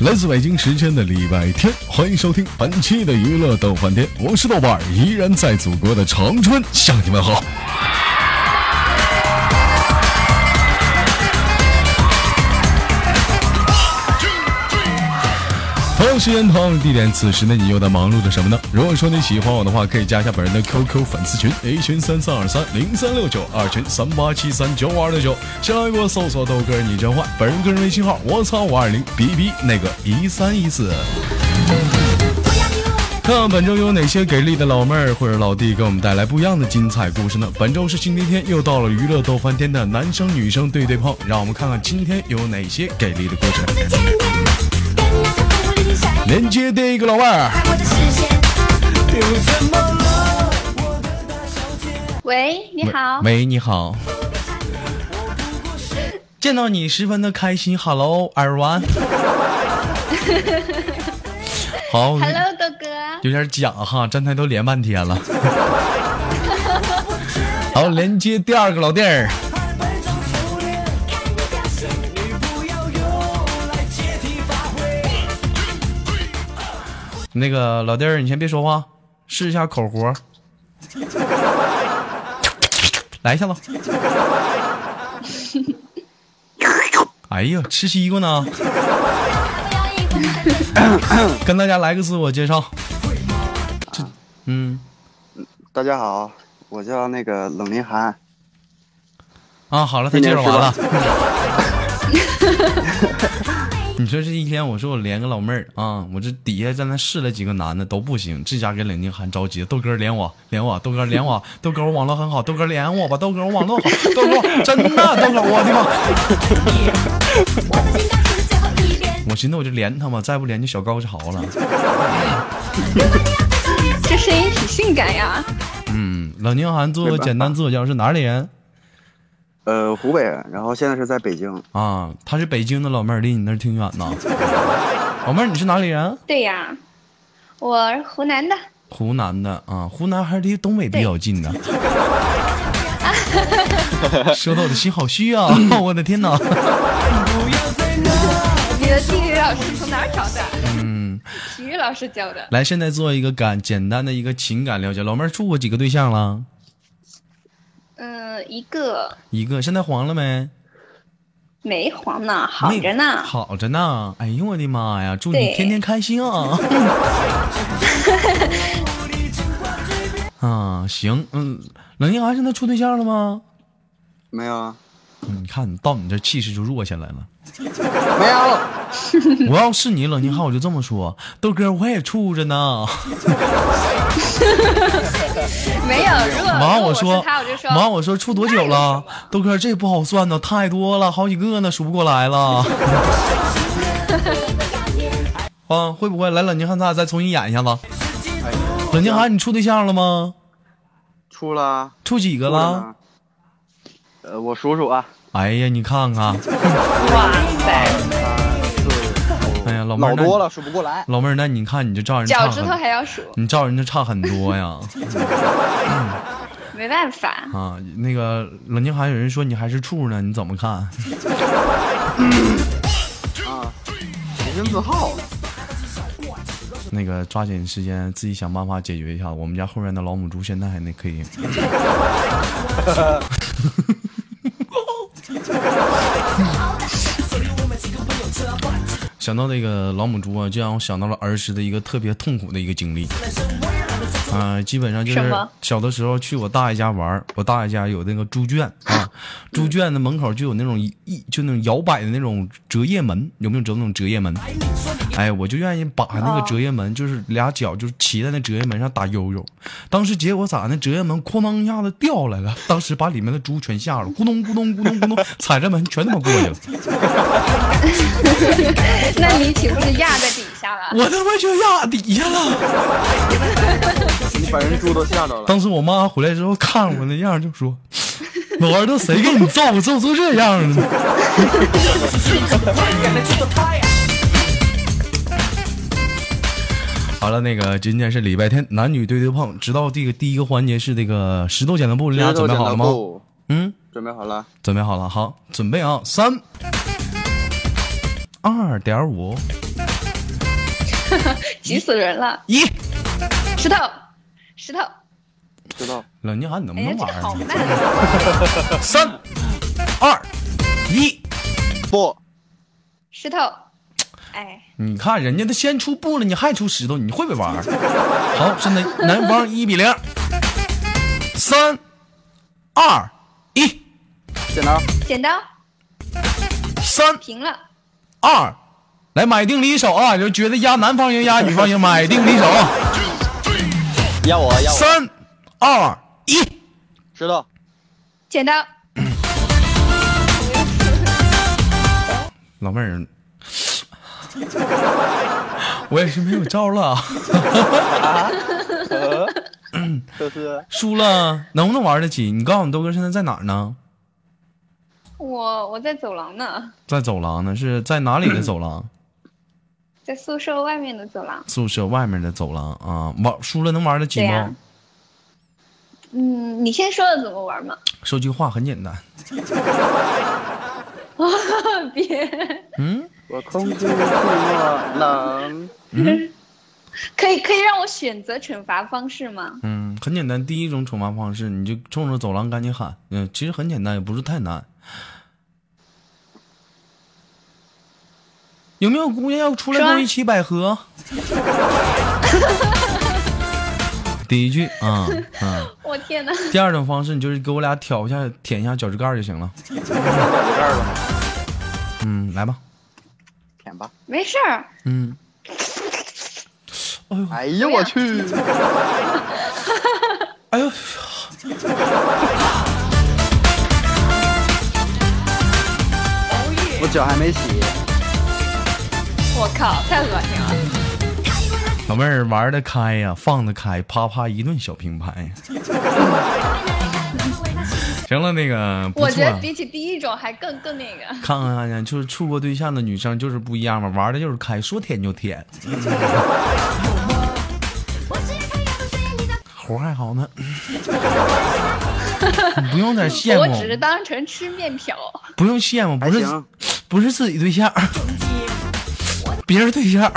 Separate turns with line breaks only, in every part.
来自北京时间的礼拜天，欢迎收听本期的娱乐逗翻天，我是豆瓣儿，依然在祖国的长春向你们好。同样时间、同样地点，此时的你又在忙碌着什么呢？如果说你喜欢我的话，可以加一下本人的 QQ 粉丝群，A 群三三二三零三六九，二群三八七三九五二六九，新浪微博搜索豆哥儿你真坏，本人个人微信号我操五二零 B B 那个一三一四。看本周有哪些给力的老妹儿或者老弟给我们带来不一样的精彩故事呢？本周是星期天，又到了娱乐逗翻天的男生女生对对碰，让我们看看今天有哪些给力的故事。连接第一个老妹儿。
喂，你好，
喂，你好。见到你十分的开心，Hello，耳环。 好
Hello，豆哥，
有点假哈，站台都连半天了。好，连接第二个老弟儿。那个老弟儿，你先别说话，试一下口活， 来一下子。哎呀，吃西瓜呢。跟大家来个自我介绍。嗯
大家好，我叫那个冷林涵，
啊，好了，他
今
介
年
绍完了
是。
你说这一天，我说我连个老妹儿啊，我这底下在那试了几个男的都不行，这家给冷静涵着急，豆哥连我，连我，豆哥连我，豆哥我网络很好，豆哥连我吧，豆哥我网络好，豆哥我真的，豆哥我的妈！我寻思我就连他嘛，再不连就小高潮了。
这声音挺性感呀。
嗯，冷静涵做个
没办法
简单自我介绍，是哪里人
呃，湖北人，然后现在是在北京，
啊？她是北京的老妹儿，离你那儿挺远呐。老妹儿，你是哪里人？
对呀，我是湖南的，
湖南的啊，湖南还是离东北比较近呢。说到我的心好虚啊！ 我的天哪！
你的地理老师从哪儿找的？
嗯，
体育老师教的。
来，现在做一个感简单的一个情感了解。老妹儿处过几个对象了？
嗯，一个
一个，现在黄了没？
没黄呢，好
没
着呢。
好着呢。哎呦我的妈呀！祝你
对
天天开心 啊！啊，行，嗯，冷静涵现在处对象了吗？
没有啊，
嗯你看你到你这气势就弱下来了。
没有，
我要是你冷静浩，我就这么说，豆哥我也处着 呢。
没有，如果
完
如果
我说
是他，我就，说
完我说处多久了？豆哥这不好算呢，太多了，好几个呢，数不过来了。 啊，会不会来冷静汉，咱俩再重新演一下子？冷静涵，你处对象了吗？
出了啊，
处几个
出了
了？
呢，呃，我数数啊，
哎呀，你看看，
哇塞，
哎呀，老妹儿
老
那
多了，数不过来，
老妹儿，那你看你就照人
脚
差
趾头
很，
还要数，
你照人就差很多呀。
没办法，
啊，那个冷静涵，有人说你还是处呢，你怎么看？
洁啊身自好，
那个抓紧时间自己想办法解决一下。我们家后面的老母猪现在还那可以。 想到那个老母猪啊，就让我想到了儿时的一个特别痛苦的一个经历。啊、基本上就
什
是
么
小的时候去我大爷家玩儿，我大爷家有那个猪圈
嗯
啊，猪圈的门口就有那种一一就那种摇摆的那种折页门，有没有折那种折页门？哎，我就愿意把那个折页门，就是俩脚就是骑在那折页门上打悠悠。当时结果咋？那折页门哐当一下子掉下来了，当时把里面的猪全吓着了，咕咚咕咚咕咚咕咚，踩着门全他妈过去了。
那你岂不是压在底下了？
我他妈就压底下了。
你把人猪都吓着了，
当时我妈回来之后看我那样，就说：“ 老儿子，谁给你造造成这样呢？” 好了，那个今天是礼拜天，男女对对碰。知道这个第一个环节是这个石头剪刀布，你俩准备好了吗？
布
嗯，
准备好了，
准备好了，好，准备啊，三二点五，
急死人了！
一
石头，石头，
知道。
冷静涵，你能
哎
不能
呀，这
玩
个
儿
好
呢？
难啊！
三二一，
不，
石头，哎，
你看人家都先出布了，你还出石头，你会不会玩儿？ 好，现在南方一比零，三二一，
剪刀，
剪刀
三
平了，
二，来买定离手啊！就觉得压南方赢压女方赢，买定离手，啊
要我要 我，
三二一，
知道。
剪刀，
老妹儿。我也是没有招了 啊，
啊？呃这是
输了能不能玩得起？你告诉我，豆哥现在在哪儿呢？
我我在走廊呢，
在走廊呢，是在哪里的走廊？
在宿舍外面的走廊。
宿舍外面的走廊啊，玩输了能玩得起
对
吗？
呀嗯，你先说了怎么玩 嘛？
说句话很简单，
别，
嗯，
我空虚寂寞冷，
可以可以让我选择惩罚方式吗？
嗯，很简单。第一种惩罚方式，你就冲着走廊赶紧喊，嗯，其实很简单，也不是太难。有没有姑娘要出来
说啊
跟我一起百 合？第一句啊啊、
我天哪！
第二种方式，你就是给我俩挑一下、舔一下脚趾盖儿就行了。
到这儿吧，
嗯，来吧，
舔吧。
没事儿，
嗯，哎呦，
哎呦我去！
哎呦，
我脚还没洗，
我靠，太恶心了。
老妹儿玩得开呀、放得开，啪啪一顿小平拍。 行了，那个不
我觉
错、
得
啊，
比起第一种还更更那个。
看看看看，就是处过对象的女生就是不一样嘛，玩的就是开，说舔就舔，活儿还好呢。 你不用再羡
我只是
慕，
当成吃面条，
不用羡慕，
还
不是
行。
不是自己对象，别人对象。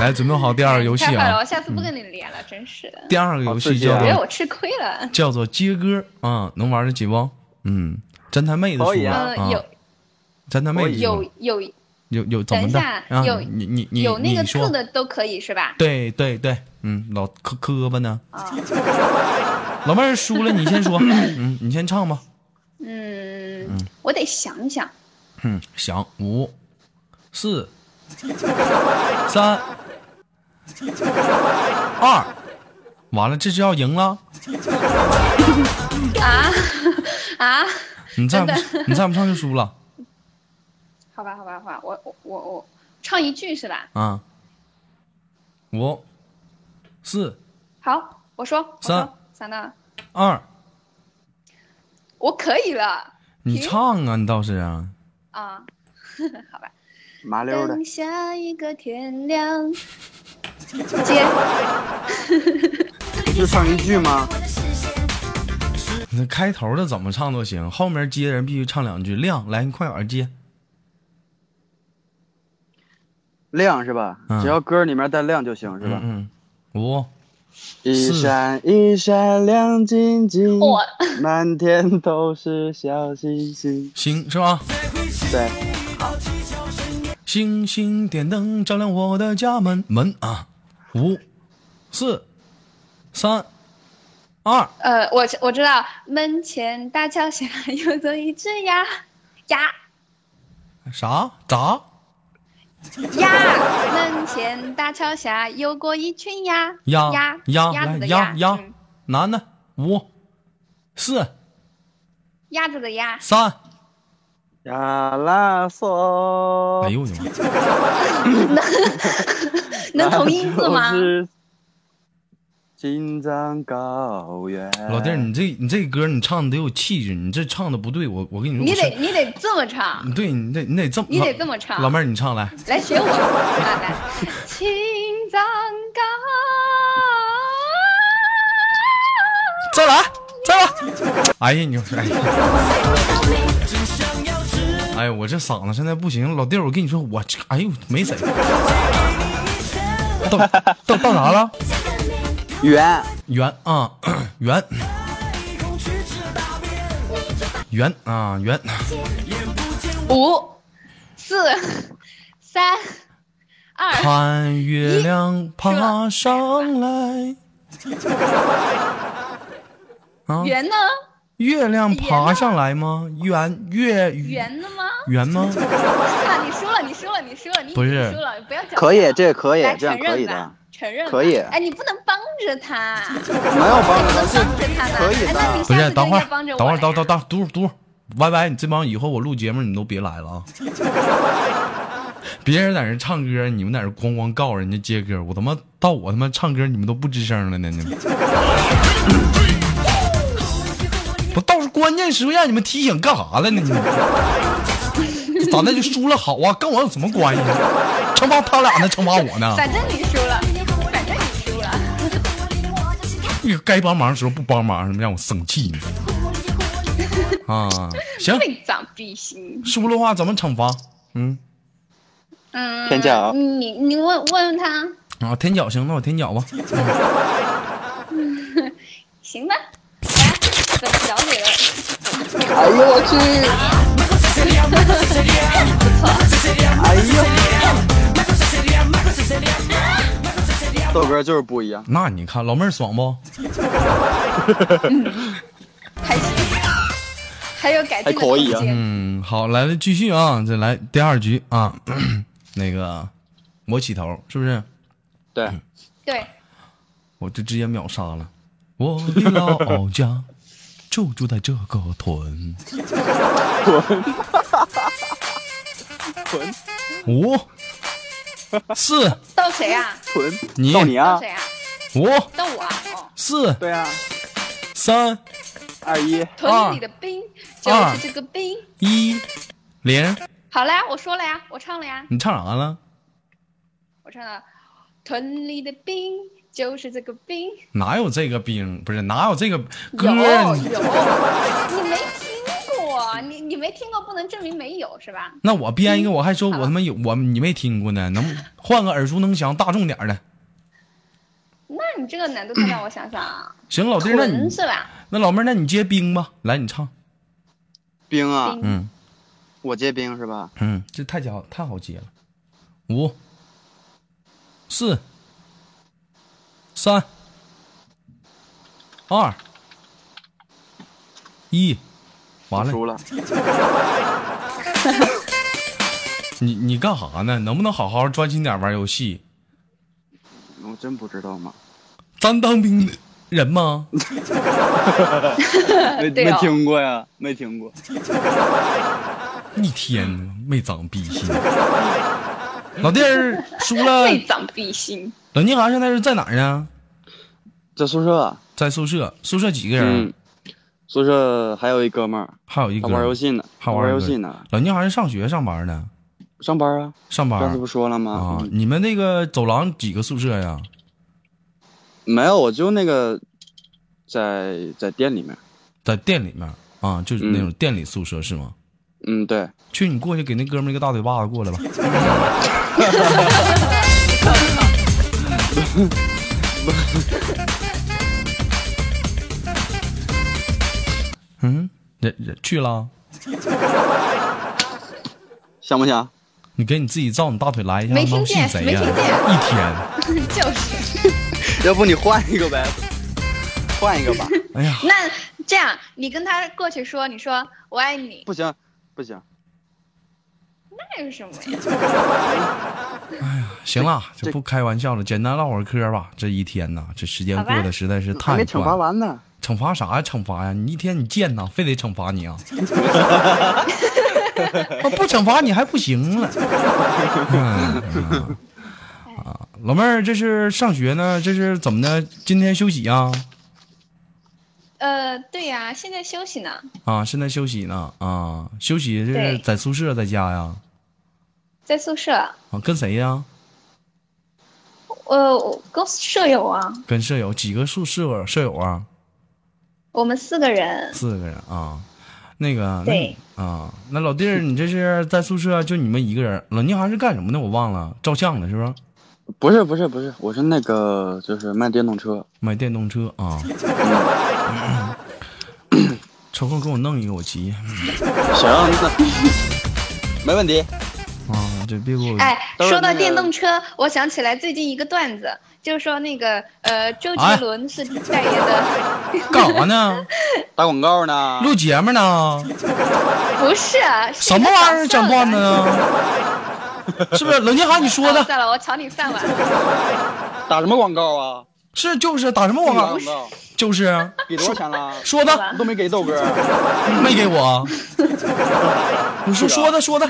来，准备好第二个游戏
太坏了！
啊嗯
我！下次不跟你连了，真是的，
第二个游
好
戏
刺激啊
叫
觉
做
得我吃亏了。
叫做接歌啊、能玩得起不？嗯，侦探妹子说
可以
了
啊
嗯、
啊，
有
侦探妹
可
子
以
说
有有
有有怎么
等一
的
下
啊？
有
你你你
有那个
你说
字的都可以是吧？
对对对，嗯，老磕磕巴呢，
啊、
老妹儿输了，你先 说，嗯，你先唱吧，
嗯，我得想想。
嗯，响五四三二，完了，这是要赢了，
啊 啊！
你再不
真
你再不唱就输了
好吧，好吧，好吧，我我我我唱一句是吧？
啊，五四
好，我说，我说
三
三的，
二。
我可以了
你
停
唱啊，你倒是啊，
啊， 好吧。
麻溜的
等，下一个天 亮，接
嗯就唱一句吗？
那开头的怎么唱都行，后面接人必须唱两句。亮，来，你快点接。
亮是吧？
嗯
只要歌里面带亮就行，是吧？
嗯嗯，五
一
是
闪一闪亮晶晶，
我。
满天都是小星星。
星是吧？
对，
星星点灯照亮我的家门门啊！五、四、三、二，
呃，我知我知道，门前大桥下游走一只鸭，鸭
啥咋？
鸭，门前大桥下游过一群鸭，
鸭
鸭
鸭
鸭子
来
的
鸭鸭
嗯，
男的五、四、
鸭子的鸭，
三。
呀啦嗦。
哎呦我的妈！
能同音字吗？
金藏高原。
老弟儿，你这你这歌你唱的得有气质，你这唱的不对，我我跟你说，
你
我是
得你得这么唱，
对你得你得这么，
你得
老
这么唱
老妹儿，你唱来。
来学我，来来，青藏高
再来，再来。哎呀，你说，哎呀，哎呀，我这嗓子现在不行，老弟儿，我跟你说，我这哎呦没谁。到到到啥了？
圆
圆啊，圆圆啊圆，
五、四、三、二，
看月亮爬上来啊，
圆呢？
月亮爬上来吗？圆月
圆呢吗？
圆吗？
啊，你输了，你输了，你输了，你
不是
你输了，不要讲。
可以，这个可以
来，
这
承
样可以
认
的
吧，，承认吧
可以
哎，你不能帮着他，
没有帮助，
帮着
是
他呢。
可以
哎，那你
的。
不
下
是，
次就
等
应
会
该
儿，
帮着我
等会儿，
了
等
呀
等等，嘟嘟，歪歪，你这帮以后我录节目你都别来了啊！别人在那唱歌，你们在那咣咣告人家接歌，我他妈到我他妈唱歌，你们都不吱声了呢，你 们。我倒是关键时候让你们提醒干啥了呢？ 你们咋那就输了好啊？跟我有什么关系？惩罚他俩呢，惩罚我呢？
反正你输了，反正你输了。
你哎该帮忙的时候不帮忙，让我生气 呢。啊，行，
另长必行。
输的话怎么惩罚？嗯，
嗯，
天价啊
你你问问问他，
啊，舔脚行，那我舔脚 吧。
行吧？来，本小姐的
哎呦我去！哎呦，
哎
豆哥就是不一样。
那你看老妹儿爽不？
还行，还有改进的
还可以啊
空间
嗯，好，来了，继续啊，再来第二局啊。 那个，我起头是不是？
对，
对，
我就直接秒杀了。我的老家就住在这个 屯。
臀
五、四、
到谁啊？
臀，
你
到你
到
啊
谁！啊？
五、
到我啊！哦，
四、
对啊，
三、
二一，
二
屯里的兵
啊
就是这个兵。
一、零。
好了呀，我说了呀，我唱了呀，
你唱啥了？
我唱了，屯里的兵就是这个兵。
哪有这个兵？不是哪有这个歌
有有，
你
你没听过，你你没听过不能证明没有是吧？
那我编一个，我还说我他妈有我你没听过呢，能换个耳熟能详、大众点儿的。
那你这个难度太 大，我想想啊，
行，老弟儿，哦那
屯
你
是吧？
那老妹儿，那你接兵吧，来你唱。
冰啊，
兵
嗯
我接冰是吧？
嗯，这太好太好接了。五、四、三、二、一，完了，
输了，
你你干啥呢？能不能好好专心点玩游戏？
我真不知道吗？
咱当兵的人吗？
没
对
没
哦
听过呀，没听过。
一天呢没长逼心。老弟儿输了，
内长必心，
冷静涵现在是在哪儿呢？
在宿舍，啊
在宿舍，宿舍几个人？
嗯，宿舍还有一哥们儿，
还啊有一个
还玩游，戏呢，
还
玩
玩
游
一个
戏呢，
冷静涵是上学上班呢，
上班啊。
上班
上次不说了吗
啊？。
嗯
你们那个走廊几个宿舍呀？
没有，我就那个在在店里面。
在店里面啊，就是那种店里宿舍是吗？
嗯，对，
去，你过去给那哥们儿一个大嘴巴子过来吧。 嗯，人人去了，
想不想？
你给你自己照你大腿来一下，
没
妈
听
信
见
谁
没
呀？
听见
一天，
就是。
要不你换一个呗，换一个吧。
哎呀，
那这样，你跟他过去说，你说我爱你，
不行，不行，
那有什么呀？
行了，就
这
不开玩笑了，简单唠会儿嗑吧。这一天呐，这时间
好吧
过得实在是
还
太
没惩罚
快。了。
完呢。
惩罚啥呀？惩罚呀！你一天你贱呐，非得惩罚你啊！啊不惩罚你还不行了。嗯嗯啊，老妹儿，这是上学呢？这是怎么的？今天休息啊？
呃，对呀、现在休息呢，
啊，现在休息呢？啊，休息这是
对
在宿舍，在家呀？
在宿舍，
啊，跟谁呀？
呃，我跟舍友啊，
跟舍友？几个宿舍舍友啊？
我们四个人，
四个人啊。那个，那
对
啊，那老弟儿，你这是在宿舍就你们一个人？老聂还是干什么的？我忘了，照相的是吧？
不是不是不是，我是那个就是卖电动车，
买电动车啊。抽空给我弄一个，我骑
行，那没问题。
啊！这别给我
哎，
都是
说到
那个
电动车，我想起来最近一个段子，就是说那个呃，周杰
哎
伦是代言的，
干啥 呢？
打广告呢？
录节目呢？
不是啊是
什么玩意儿讲
一个搞笑
段子
的
呢？是不是冷静涵你说
哦
的？
算了，我瞧你饭碗。
打什么广告啊？
是就是打什么广告
不？是广告
就是啊
给多少钱了？
说
哎好吧
的
都没给豆哥，
没给 我，你说说的说的，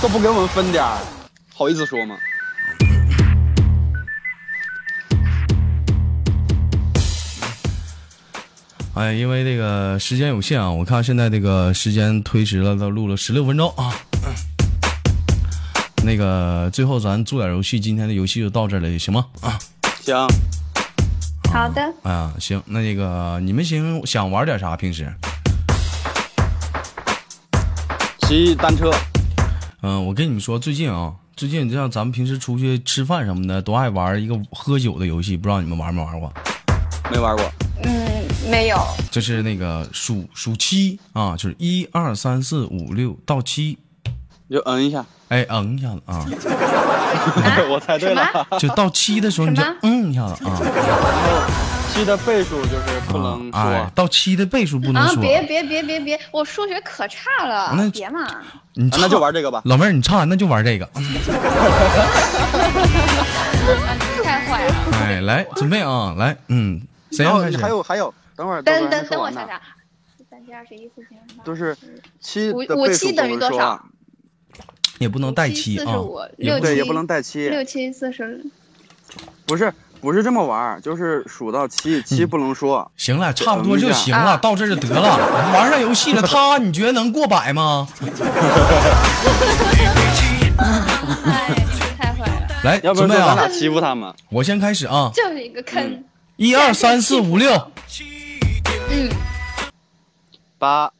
都不给我们分点儿，好意思说吗？
哎，因为这个时间有限啊，我看现在这个时间推迟了，到录了十六分钟啊。那个最后咱做点游戏，今天的游戏就到这里，行吗？啊
行，
好的，
啊，行，那那个你们行想玩点啥？平时，
骑单车，
嗯、我跟你们说，最近啊，最近就像咱们平时出去吃饭什么的，都爱玩一个喝酒的游戏，不知道你们玩没玩过？
没玩过。
嗯，没有，
这是那个数数七啊，就是一二三四五六到七，
你就嗯一下，
哎，嗯一下子啊，
我猜对
什
了。
就到七的时候你就
什么
嗯一下子啊。
七的倍数就是不能说。啊
哎，到七的倍数不能
啊，
说。
别别别别别，我数学可差了，
那
别嘛。
你
啊
唱
那就玩这个 吧。
老妹儿，你唱完那就玩 这个。
太坏了。
哎，来准备啊，来，嗯，谁
然
要
后
开始？
还有还有，等会儿
等
豆哥
等
还
等
没说
我
完
想
呢。
想，三七二十一四千二十八
就是七
五
的
五
倍
七
数
等于
不能
多
说
少
啊，
也不能带七
七四
啊
十，五
也
六
不
七
对，也不能带七。
六七四十，
不是不是这么玩儿，就是数到七，七不能说。
行了，差不多就行了，
啊
到这儿就得 了。玩上游戏了，他你觉得能过百吗？
哎，太坏了，
来，
要不
准
然
备
说咱
啊
俩，欺负他们。
我先开始啊，
就是一个坑。
一二三四五六
嗯，
八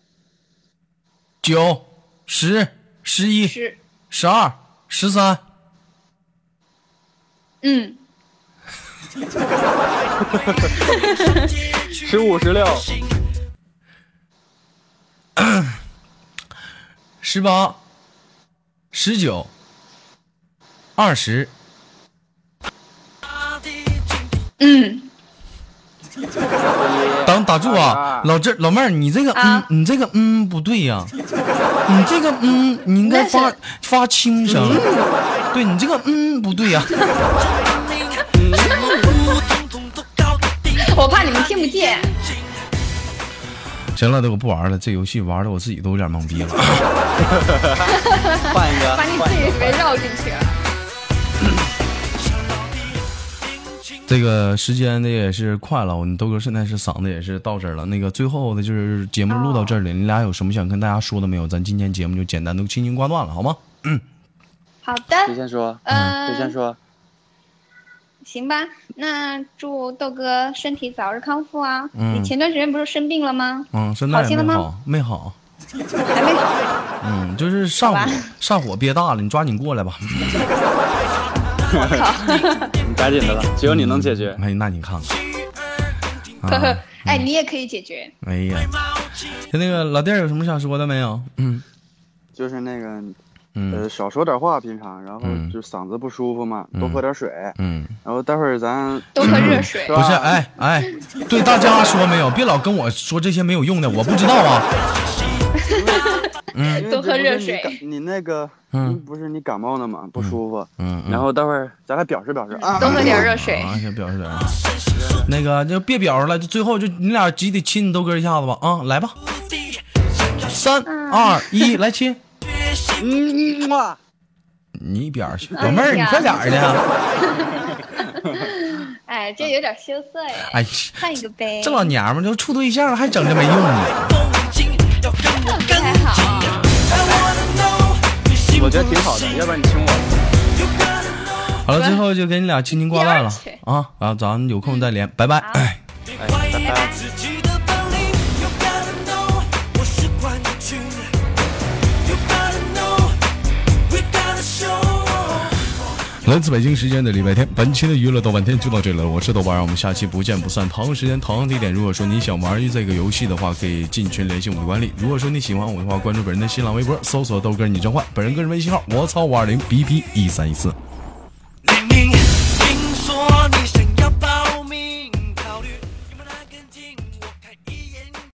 九十十一
是，
十二十三，
嗯，
十五十六
十八十九二十。
嗯，
等打住啊，老这老妹儿，你这个嗯
啊，
你这个嗯不对 呀、你这个嗯，你应该
那
发
是嗯
发轻声，对你这个嗯不 对呀、
我怕你们听不见。
行了，都我不玩了，这游戏玩的我自己都有点懵逼 了。
换一个，
把你自
换一
己给绕进去了。
这个时间的也是快了，我们豆哥现在是嗓子也是到这儿了。那个最后的就是节目录到
哦
这里，你俩有什么想跟大家说的没有？咱今天节目就简单都轻轻挂断了，好吗？
好
个。
的，
谁先说？
嗯、
谁先说？
行吧。那祝豆哥身体早日康复啊！
嗯
你前段时间不是生病了吗？
嗯，现在
好
也
听了
没
吗
好，没好。
还没好。
嗯，就是上
好
火
吧，
上火憋大了，你抓紧过来吧。
你赶紧的了，只有你能解决。
哎，那你看 看。啊
哎，你也可以解决。
哎呀，就那个老弟儿有什么想说的没有？嗯
就是那个，
嗯
呃，少说点话，平常，然后
嗯
就嗓子不舒服嘛，
嗯
多喝点水，
嗯，
然后待会儿咱
多喝热水
是
不
吧
是，哎哎，对大家说没有？别老跟我说这些没有用的，我不知道啊。
因为
多喝
这不是
热
你
水
感你那个，
嗯
嗯，不是你感冒了嘛，不舒服，
嗯，嗯
然后待会儿咱俩表示表示啊，
多喝点热水
啊，先表示点儿。那个就别表示了，就最后就你俩集体亲你豆哥一下子吧啊，来吧，三
嗯
二一， 来亲。
嗯嗯哇，
你一边儿去，啊
哎
老妹儿，你
呀
快点儿的。
嗯
哎，这有点羞涩哎。
哎，
换一个呗。
这老娘们儿都处对象了，还整这没用的。
不太好。
我觉得挺好的，要不然你亲我，
好了，最后就给你俩亲亲挂断了
一边
啊啊！咱们有空再连，拜拜。
好
哎
哎，拜拜。
自己的本领，
来自北京时间的礼拜天，本期的娱乐豆瓣天就到这里了。我是豆瓣儿，我们下期不见不散。同样时间，同样地点。如果说你想玩这个游戏的话，可以进群联系我们的管理。如果说你喜欢我的话，关注本人的新浪微博，搜索豆哥你真坏，本人个人微信号我操五二零 b p 一三一四。